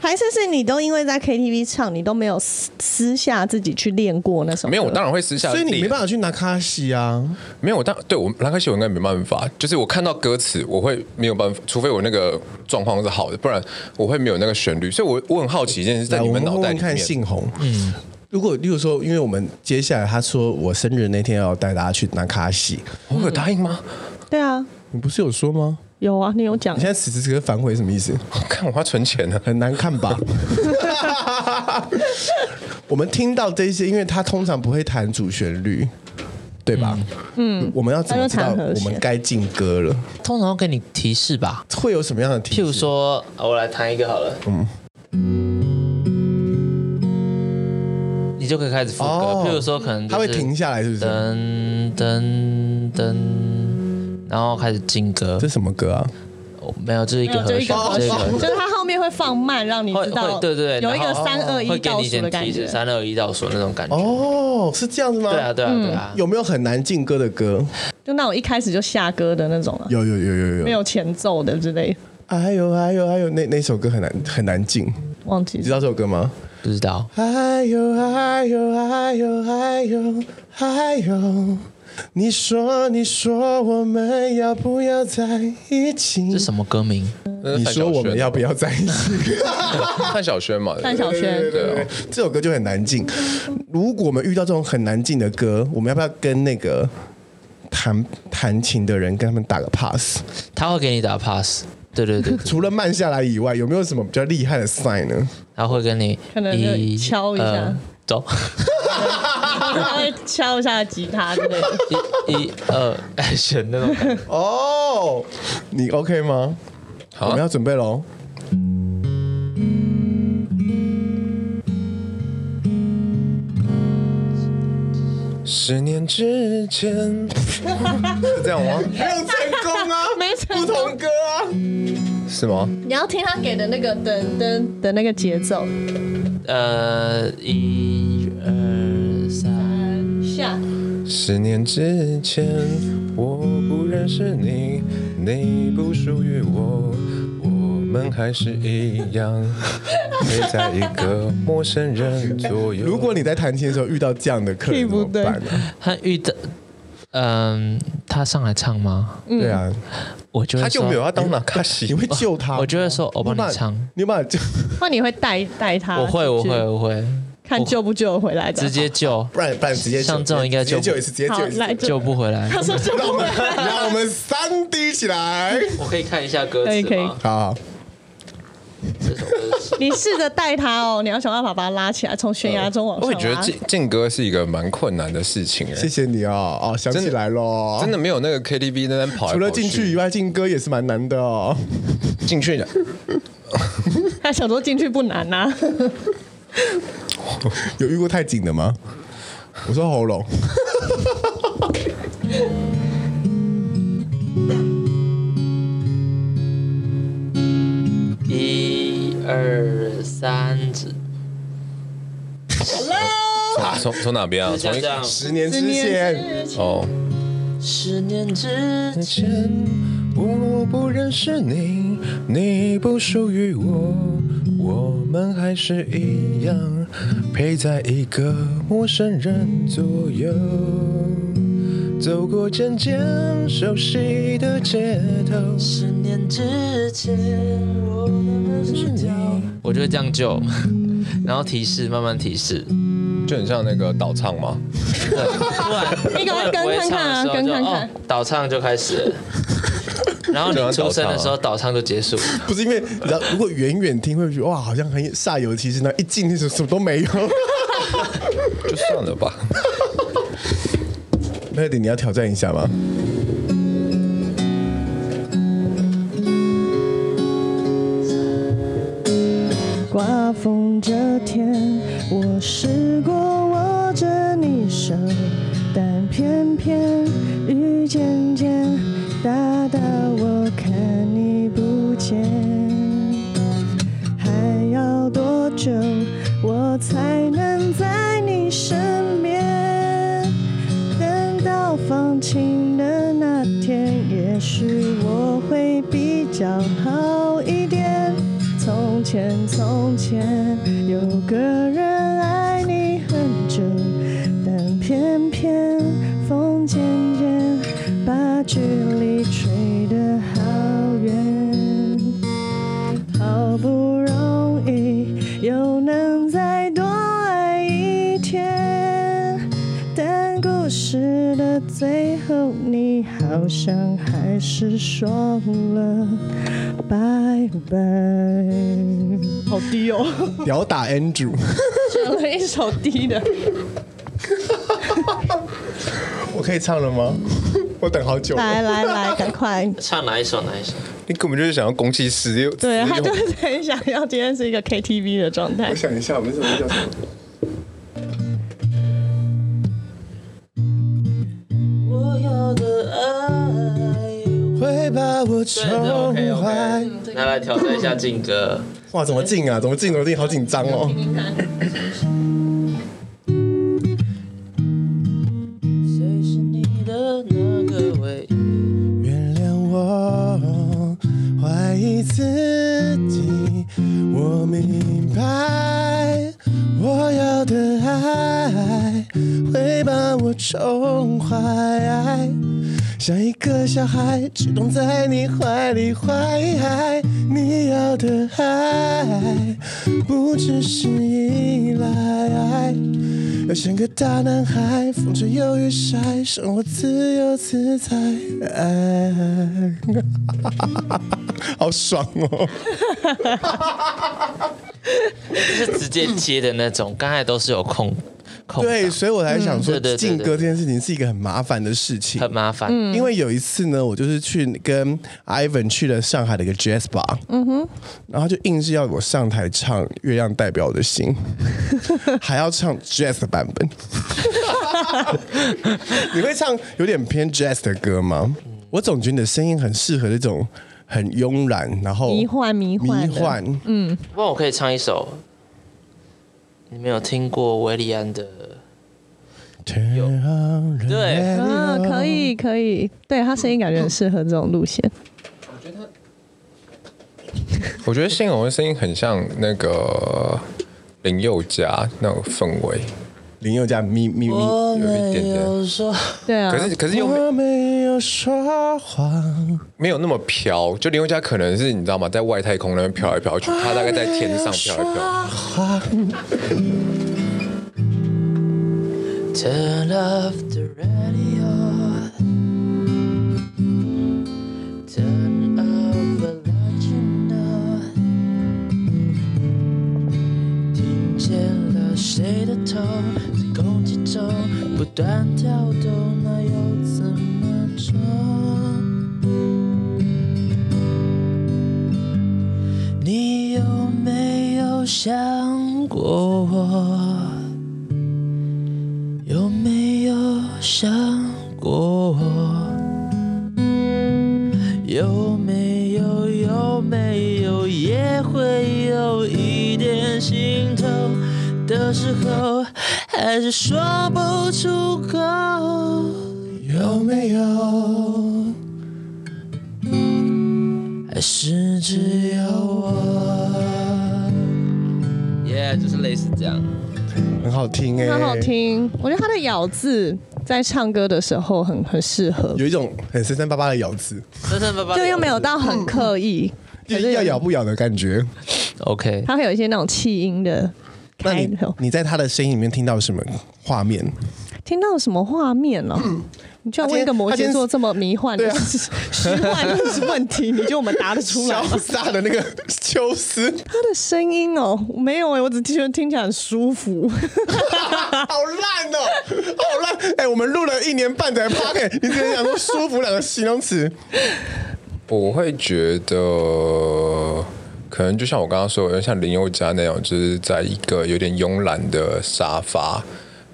S2: 还是是你都因为在 KTV 唱，你都没有私私下自己去练过那首歌？
S1: 没有，我当然会私下
S3: 所
S1: 练，
S3: 以你没办法去拿卡西啊，
S1: 没有，我当对我兰开西我应该没办法，就是我看到歌词我会没有办法，除非我那个状况是好的，不然我会没有那个旋律。所以我，我很好奇一件事，在
S3: 来
S1: 你
S3: 我
S1: 们
S3: 们
S1: 脑
S3: 问
S1: 袋里
S3: 问
S1: 面，
S3: 看信宏，嗯，如果例如说，因为我们接下来他说我生日那天要带大家去拿卡西，
S1: 我有答应吗？
S2: 对啊，
S3: 你不是有说吗？
S2: 有啊，你有讲
S3: 你现在此时此刻反悔什么意思？
S1: 看我要存钱呢。
S3: 很难看 吧？我们听到这些，因为他通常不会弹主旋律，对吧？嗯，我们要怎么知道
S2: 他就弹和
S3: 我
S2: 弦
S3: 们该进歌了？
S4: 通常会给你提示吧。
S3: 会有什么样的提示？
S4: 譬如说，啊我来弹一个好了，嗯，你就可以开始副歌。
S3: 哦
S4: 譬如说，可能、就
S3: 他
S4: 是、
S3: 会停下来，是不是？
S4: 噔噔噔，然后开始进歌
S3: 这。什么歌啊？
S4: 哦没有，这是一
S2: 没
S4: 个
S2: 有，就
S4: 和
S2: 一个
S4: 弦，
S2: 和
S4: 这是一
S2: 弦
S4: 个和，弦
S2: 就是它后面会放慢，让你
S4: 会
S2: 知道，
S4: 会对对对，
S2: 有一个
S4: 然后
S2: 三二
S4: 会
S2: 一
S4: 给
S2: 倒
S4: 你一
S2: 数
S4: 些
S2: 的感
S4: 提
S2: 觉
S4: 示，。三二一倒数那种感觉。
S3: 哦，是这样子吗？
S4: 对啊，对啊，对啊。
S3: 有没有很难进歌的歌？
S2: 就那种一开始就下歌的那种啊，
S3: 有有有有有
S2: 没。有前奏的之类，
S3: 哎呦哎呦哎呦，那那首歌很难很难进，
S2: 忘记
S3: 你知道这首歌吗？
S4: 不知道，
S3: 哎呦哎呦哎呦哎呦哎呦！你说你说我们要不要在一起？
S4: 这是什么歌名？
S3: 你说我们要不要在一起？
S1: 看小轩嘛？对不对
S2: 范晓萱。
S1: 对啊，
S3: 这首歌就很难进。如果我们遇到这种很难进的歌，我们要不要跟那个弹弹琴的人跟他们打个 pass？
S4: 他会给你打 pass。对对对，对
S3: 除了慢下来以外，有没有什么比较厉害的 sign 呢？
S4: 他会跟你
S2: 可能就敲一下
S4: 呃 走，
S2: 他会敲一下吉他之类 的。
S4: 一一二 action 那种感觉。
S3: 哦，你 OK 吗？
S1: 好
S4: 啊
S3: 我们要准备喽。
S1: 十年之前是这样吗？
S3: 没有成功啊，
S2: 没成功
S3: 不同歌啊。
S1: 是吗？
S2: 你要听他给的那个噔噔的那个节奏，
S4: 呃，一二三，
S2: 呃下
S1: 十年之前我不认识你，你不属于我，我们还是一样陪在一个陌生人左右。
S3: 哎如果你在弹琴的时候遇到这样的客人
S2: 屁
S3: 怎
S2: 股
S3: 么办呢、
S4: 他遇到，嗯、他上来唱吗？
S3: 对啊，
S4: 我就会
S1: 他就没有
S4: 说
S1: 要当纳卡西
S3: 你，会救他吗？
S4: 我就会说我帮
S3: 有
S4: 你
S3: 办法
S4: 唱，
S3: 你有办法救，
S2: 那你会带带他？
S4: 我会，我
S2: 去
S4: 会，我会
S2: 看救不救得回来的。
S4: 直接救，
S3: 不然不然直接救
S4: 像这种应该
S3: 直接
S4: 救
S3: 救一次，直接
S2: 好
S3: 救一次。
S2: 来
S4: 救
S2: 就
S4: 不回来。
S2: 他说救
S3: 让
S2: 不
S3: 我
S2: 回
S3: 们
S2: 来。
S3: 让我们三滴起 来。
S4: 我可以看一下歌
S2: 可以
S4: 词
S2: 可以
S4: 吗？
S3: 好，
S4: 这首歌 是
S2: 你试着带他哦，你要想办法把他拉起来，从悬崖中往上
S1: 我
S2: 拉。
S1: 也觉得健健哥是一个蛮困难的事情哎、
S3: 谢谢你哦，哦，想起来喽，
S1: 真的。没有那个 KTV 那边跑来跑
S3: 除了进去以外，进歌也是蛮难的 哦。
S1: 进去
S2: 他想说进去不难啊呐、
S3: 有遇过太紧的吗？我说喉咙，
S4: 一二三，指
S1: 从从哪边啊？从
S4: 像
S1: 一
S4: 这样。
S3: 十年之前，
S1: 哦。
S4: 十年之
S1: 之前，我不认识你，你不属于我，我们还是一样陪在一个陌生人左右，走过渐渐熟悉的街头。
S4: 十年之前，我们是掉。我就会这样救，然后提示慢慢提示，
S1: 就很像那个倒唱嘛，
S4: 对，不然
S2: 你赶快跟看看啊
S6: 哦
S4: 不然不会唱的时候就
S2: 跟看看
S4: 哦倒唱就开始了。
S6: 然后你
S1: 就像
S6: 出生
S1: 倒
S6: 的
S1: 唱啊
S6: 时候，倒唱就结束。
S3: 不是因为你知道，如果远远听会觉得哇，好像很煞有其事，那一进去什么什么都 没有。
S1: 就算了吧。
S3: Melody，你要挑战一下吗？
S7: 刮风这天，我试过握着你手，但偏偏雨渐渐大到我看你不见。还要多久我才能在你身边？等到放晴的那天，也许我会比较好一点。从前，从前有个人爱你很久，但偏偏风渐渐把距离吹得好远。好不容易又能再多爱一天，但故事的最后，你好像还是说了拜拜。好低哦，
S3: 屌打 Andrew，
S7: 选了一首低的。
S3: 我可以唱了吗？我等好久了。
S7: 来来来，赶快！
S6: 唱哪一首？哪一首？
S1: 你根本就是想要攻击十六，
S7: 对他
S1: 十
S7: 就
S1: 六
S7: 是很想要，今天是一个 KTV 的状态
S3: 我。想一下，我们什么叫什么？
S6: 我要的爱。
S3: 会把我宠坏。
S6: 拿来挑战一下劲歌。
S3: 哇，怎么进啊？怎么进？怎么进？好紧张哦！
S6: 谁是你的那个唯一？
S3: 原谅我怀疑自己，我明白我要的爱会把我宠坏，像一个小孩只懂在你怀里坏。你要的爱不只是依赖。要像个大男孩，风吹又日晒，生活自由自在。哎，好爽哦！
S6: 就是直接接的那种，刚才都是有空空档
S3: 对，所以我才想说，
S6: 嗯对对对
S3: 劲歌这件事情是一个很麻烦的事情。
S6: 很麻烦。
S2: 嗯
S7: 嗯
S3: 因为有一次呢，我就是去跟 Ivan 去了上海的一个 jazz bar，嗯哼，然后他就硬是要我上台唱《月亮代表我 的心》，还要唱 jazz 的版本。你会唱有点偏 jazz 的歌吗？我总觉得你的声音很适合那种很慵懒，然后
S7: 迷幻迷幻的嗯
S3: 迷幻，
S6: 不然我可以唱一首，你没有听过维利安的？有对
S7: 啊，可以可以，对他声音感觉很适合这种路线。
S1: 我觉得谢宏的声音很像那个林宥嘉那种氛围，
S3: 林宥嘉咪咪咪。
S7: 哦
S6: 我
S1: 有一点点
S6: 说，
S7: 对啊，
S1: 可是可是又没
S3: 我没有说谎，
S1: 没有那么飘，就林宥嘉可能是你知道吗，在外太空那边飘来飘去，他大概在天上飘来飘去。
S6: Turn off the radio. Turn off the light, you know. 听见了谁的头在空气中不断跳动，那又怎么做？你有没有想过我？有没有想过我？有没有有没有也会有一点心痛的时候，还是说不出口。
S3: 有没有？
S6: 还是只有我。耶、就是类似这样。
S3: 很好听哎、
S7: 很好听，我觉得他的咬字在唱歌的时候很很适合，
S3: 有一种很深深巴巴的咬字，
S6: 真真
S4: 啊
S6: 爸爸
S7: 就又没有到很刻意，
S3: 就要咬不咬的感觉。
S6: OK，
S7: 他会有一些那种气音的
S3: 那
S7: 开
S3: 你
S7: 头。
S3: 你在他的声音里面听到什么画面？
S7: 听到什么画面了？
S2: 哦你居然问一个摩羯座这么迷幻的、
S3: 嗯他今天啊
S2: 虚 幻的问 题，你觉得我们答得出来吗？
S3: 潇洒的那个 秋思，
S2: 他的声音哦，没有哎、我只听觉得听起来很舒 服。
S3: 好烂哦，好烂！哎、我们录了一年半才趴开，你只能想说舒服两个形容词，
S1: 我会觉得，可能就像我刚刚说，的，像林宥嘉那样，就是在一个有点慵懒的沙发，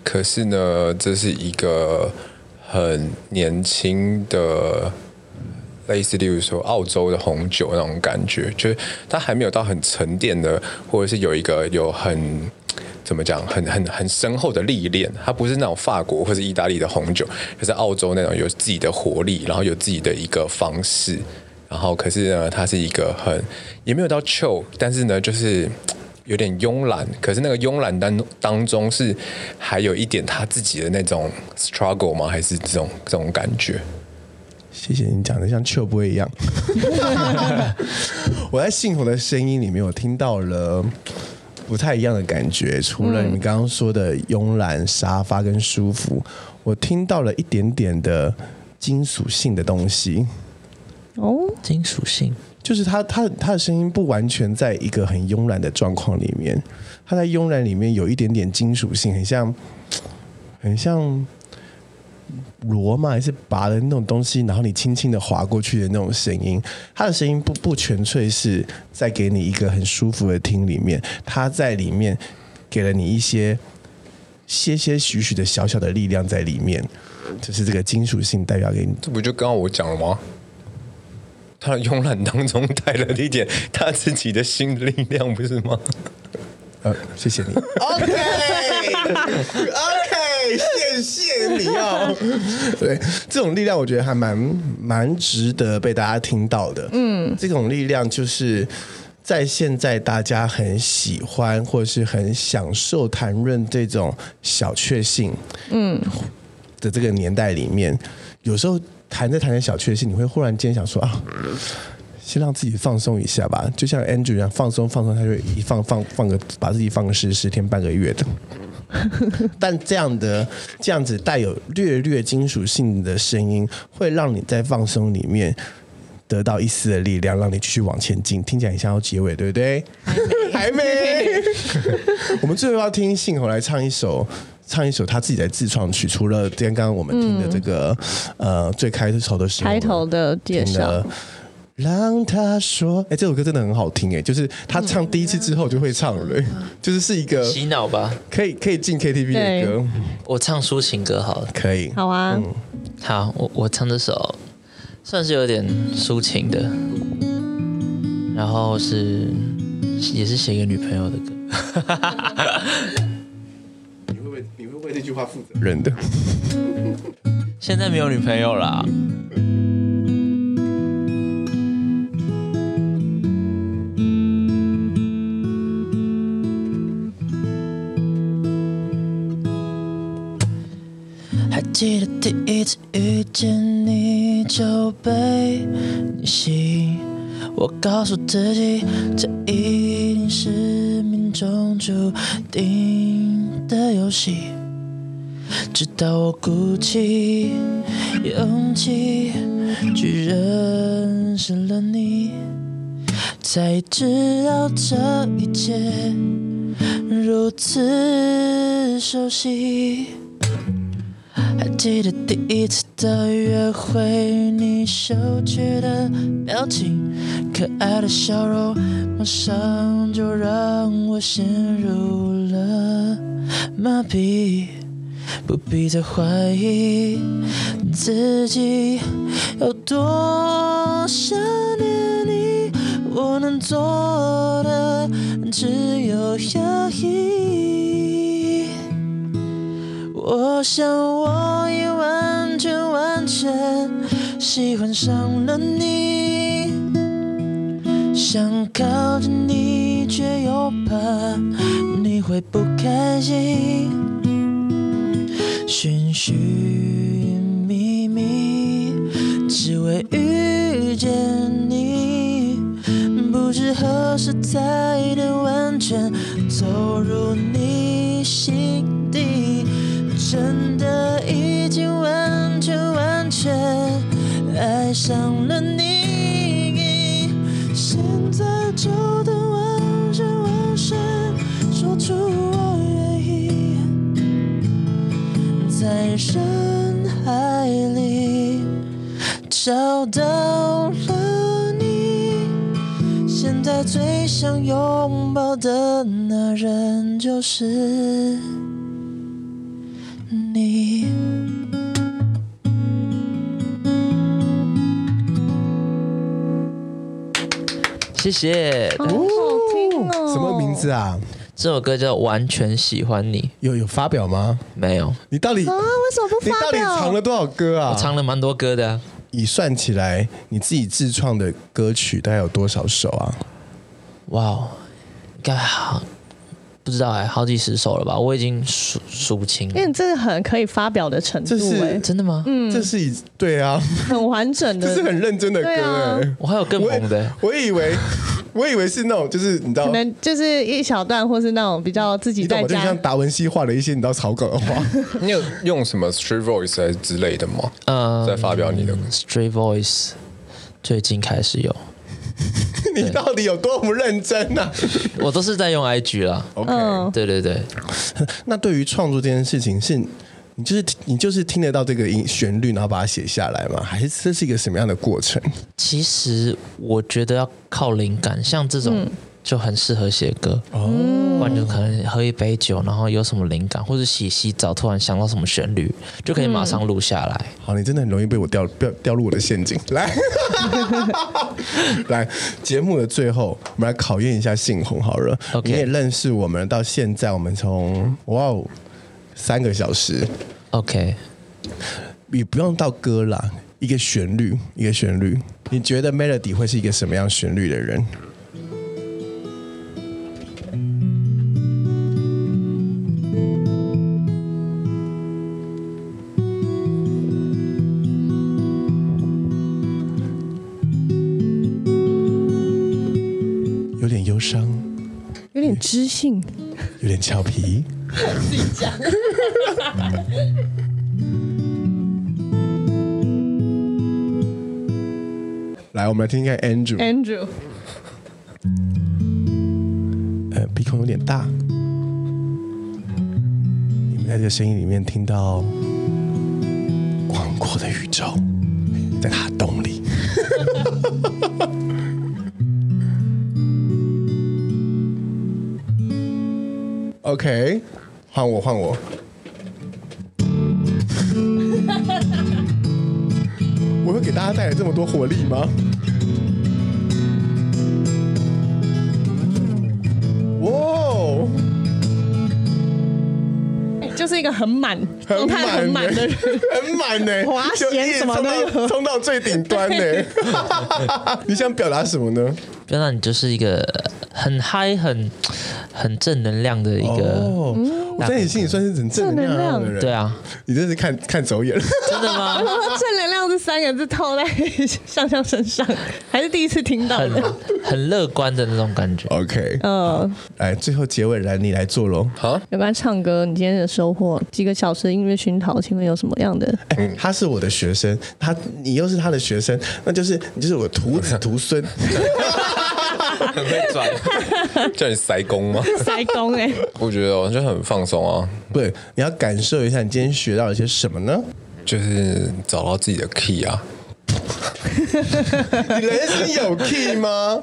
S1: 可是呢，这是一个很年轻的。类似，例如说澳洲的红酒那种感觉，就是它还没有到很沉淀的，或者是有一个有很怎么讲，很很很深厚的历练。它不是那种法国或是意大利的红酒，就是澳洲那种有自己的活力，然后有自己的一个方式。然后可是呢，它是一个很也没有到 chill，但是呢，就是。有点慵懒，可是那个慵懒当当中是还有一点他自己的那种 struggle 吗？还是这种这种感觉？
S3: 谢谢你讲的像秋波一样。我在信宏的声音里面，我听到了不太一样的感觉，除了你们刚刚说的慵懒、沙发跟舒服，我听到了一点点的金属性的东西。
S2: 哦，
S6: 金属性，
S3: 就是他他他的声音不完全在一个很慵懒的状况里面，他在慵懒里面有一点点金属性，很像很像螺嘛，还是拔的那种东西，然后你轻轻的划过去的那种声音。他的声音不不纯粹是在给你一个很舒服的听里面，他在里面给了你一些些些许许的小小的力量在里面，就是这个金属性代表给你
S1: 这不就刚刚我讲了吗？他的慵懒当中带了一点他自己的新的力量，不是吗？
S3: 呃，谢谢你。OK OK，谢谢你哦。 对，这种力量我觉得还蛮蛮值得被大家听到的。嗯，这种力量就是。在现在大家很喜欢或是很享受谈论这种小确幸，嗯的这个年代里面，有时候谈着谈着小确幸，你会忽然间想说啊，先让自己放松一下吧。就像 Andrew 一样，放松放松，他就一放放放个把自己放个十十天半个月的。 但这样的这样子带有略略金属性的声音，会让你在放松里面得到一丝的力量，让你继续往前进。听起来很像要结尾，对不对？还没， 我们最后要听信宏来唱一首。唱一首他自己的自创曲，除了今天刚刚我们听的这个、呃最开头的时候
S2: 开头的介绍
S3: 的，让他说，哎、这首歌真的很好听哎、就是他唱第一次之后就会唱了、哎
S2: 嗯
S3: 就是是一个
S6: 洗脑吧。
S3: 可以可以进 KTV 的
S2: 对
S3: 歌，
S6: 我唱抒情歌好了。
S3: 可以。
S2: 好啊，
S6: 好，我我唱这首算是有点抒情的，然后是也是写给女朋友的歌。
S3: 你会为你会为这句话负责任的。
S6: 现在没有女朋友啦。还记得第一次遇见你就被你吸引，我告诉自己这一定是命中注定的游戏。直到我鼓起勇气去认识了你，才知道这一切如此熟悉。还记得第一次的约会，你羞怯的表情，可爱的笑容，马上就让我陷入了麻痹。不必再怀疑自己有多想念你，我能做的只有压抑。我想我已完全完全喜欢上了你，想靠近你，却又怕你会不开心。寻寻觅觅，只为遇见你。不知何时才能完全走入你心底，真的已经完全完。上了你，现在就等完全完全说出我愿意，在人海里找到了你。现在最想拥抱的那人就是你。
S4: 谢谢。
S2: 哦好听哦。
S3: 什么名？字啊？
S4: 这首歌叫《完全喜欢你》，
S3: 有有发表吗？
S4: 没有，
S3: 你到底
S2: 啊，为什么不
S3: 你
S2: 发
S3: 到底藏
S2: 表？
S3: 了多少歌啊？
S4: 唱了蛮多歌的啊、
S3: 你算起来，你自己自创的歌曲大概有多少首啊？
S4: 哇哦，应该好，不知道哎，好几十首了吧？我已经数数不清
S2: 因为
S4: 了。
S2: 你这是很可以发表的程度、
S3: 这是
S2: 哎，
S4: 真的吗？嗯，
S3: 这是以对啊，
S2: 很完整
S3: 这
S2: 的，
S3: 是很认真的歌
S2: 对啊
S3: 哎。
S4: 我还有更
S3: 我
S4: 红的，
S3: 我以为我以为是那种就是你知道
S2: 可。能就是一小段，或是那种比较自己
S3: 你懂
S2: 在
S3: 吗？就
S2: 家
S3: 像。达文西画了一些你知道草稿的话，
S1: 你有用什么 Street Voice 还是之类的吗？
S4: 嗯
S1: 在发表你的歌
S4: Stray Voice 最近开始有，
S3: 你到底有多不认真呢、啊、
S4: 我都是在用 IG 啦。
S3: ？OK，、
S2: 嗯，
S4: 对对对，
S3: 那对于创作这件事情，是你就是你就是听得到这个音旋律，然后把它写下来吗？还是这是一个什么样的过程？
S4: 其实我觉得要靠灵感，像这种
S2: 嗯
S4: 就很适合写歌。哦，不然就可能喝一杯酒，然后有什么灵感，或者洗洗澡突然想到什么旋律，就可以马上录下来。
S3: 好，你真的很容易被我掉掉掉入我的陷阱。 来，来，节目的最后，我们来考验一下信红好了。
S4: OK
S3: 你也认识我们到现在，我们从哇哦三个小时，
S4: OK，
S3: 也不用到歌啦，一个旋律，一个旋律。你觉得 Melody 会是一个什么样旋律的人？有点忧伤，
S2: 有点知性，
S3: 有点俏皮。来，我们来听听看 Andrew。
S2: Andrew，
S3: 呃，鼻孔有点大。你们在这个声音里面听到广阔的宇宙，在它的洞里。OK，换我，换我。我会给大家带来这么多活力吗？哇哦！
S2: 就是一个很满状态很满的人，
S3: 欸很满呢、
S2: 滑
S3: 就一
S2: 弦
S3: 直
S2: 什么都
S3: 冲到
S2: 有
S3: 冲到最顶端呢、欸 你想表达什么呢？
S4: 不然你就是一个很嗨、很很正能量的一个。
S3: 哦，
S2: 嗯
S3: 我在你心里算是很正能量的人。
S4: 对，啊，
S3: 你真是看看走眼了。
S4: 真的 吗？
S2: 正能量这三个字套在香香身上，还是第一次听到的。
S4: 很很乐观的那种感觉。
S3: OK，
S2: 嗯，
S3: 来最后结尾来你来做喽。
S2: 有关唱歌，你今天的收获，几个小时的音乐熏陶，请问有什么样的？
S3: 哎、他是我的学生，他你又是他的学生，那就是你就是我的徒子徒 孙。
S1: 很会转， 叫你塞工吗？
S2: 塞工
S8: 欸
S2: 哎、
S1: 我觉得我就很放松啊，
S3: 对，你要感受一下你今天学到了些什么呢？
S1: 就是找到自己的 key 啊。
S3: 你人生有 key 吗？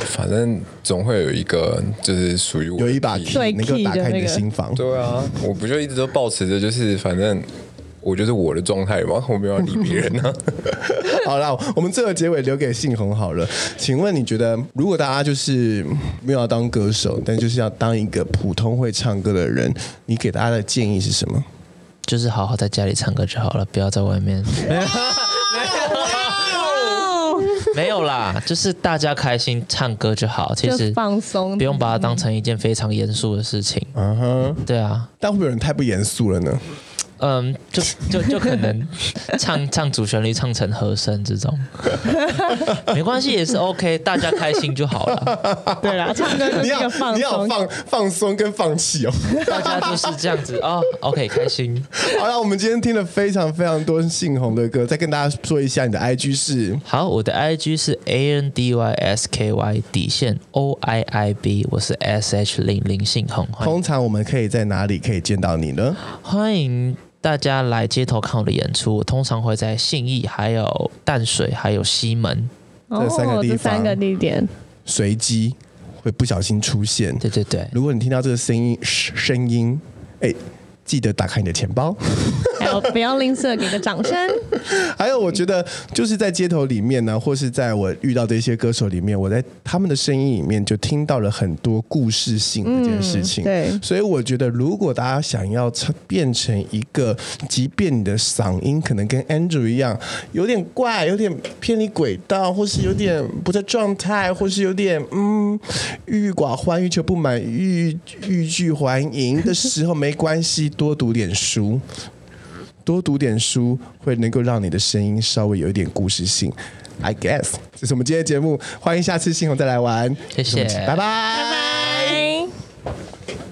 S1: 反正总会有一个就是属于我的
S3: 有一把
S1: key
S3: key 能够打
S2: 对 key 的那
S3: 开你的
S2: 个
S3: 心房。
S1: 对啊，我不就一直都保持着，就是反正我就是我的状态嘛，我没有要理别人啊。
S3: 好啦，我们最后结尾留给信宏好了。请问你觉得，如果大家就是没有要当歌手，但就是要当一个普通会唱歌的人，你给大家的建议是什么？
S4: 就是好好在家里唱歌就好了，不要在外 面。没有啦，就是大家开心唱歌就好，其实
S2: 就放松
S4: 不用把它当成一件非常严肃的事情。
S3: 啊哈，
S4: 对啊，
S3: 但会不会有人太不严肃了呢？
S4: 嗯，就就就可能唱唱主旋律唱成和声这种，没关系，也是 OK，大家开心就好了，
S8: 对啦，唱歌就是
S3: 你
S8: 一
S3: 要
S8: 个放
S3: 你要
S8: 松。
S3: 放放松跟放弃哦。
S4: 大家就是这样子哦，OK，开心。
S3: 好了，我们今天听了非常非常多姓洪的歌，再跟大家说一下，你的 IG 是
S4: 好，我的 IG 是 A N D Y S K Y 底线 O I I B，我是 S H 零零信红，欢迎
S3: 通常我们可以在哪里可以见到你呢？
S4: 欢迎大家来街头看我的演出，我通常会在信义、还有淡水、还有西门。
S3: 这三个
S8: 哦，
S3: 地
S8: 这
S3: 方
S8: 三个地 点，
S3: 随机会不小心出现。
S4: 对对对，
S3: 如果你听到这个声音声音，哎、记得打开你的钱包。
S8: 还有不要吝啬给个掌声。
S3: 还有，我觉得就是在街头里面呢，或是在我遇到的一些歌手里面，我在他们的声音里面就听到了很多故事性的这件事情。
S8: 对
S3: 所以我觉得，如果大家想要成变成一个，即便你的嗓音可能跟 Andrew 一样，有点怪，有点偏离轨道，或是有点不在状态，或是有点嗯郁郁寡欢、欲求不满、欲欲拒还迎的时候，没关系，多读点书。多读点书，会能够让你的声音稍微有一点故事性。I guess，这是我们今天的节目，欢迎下次新红再来玩，
S4: 谢谢
S3: 拜拜。
S8: 拜。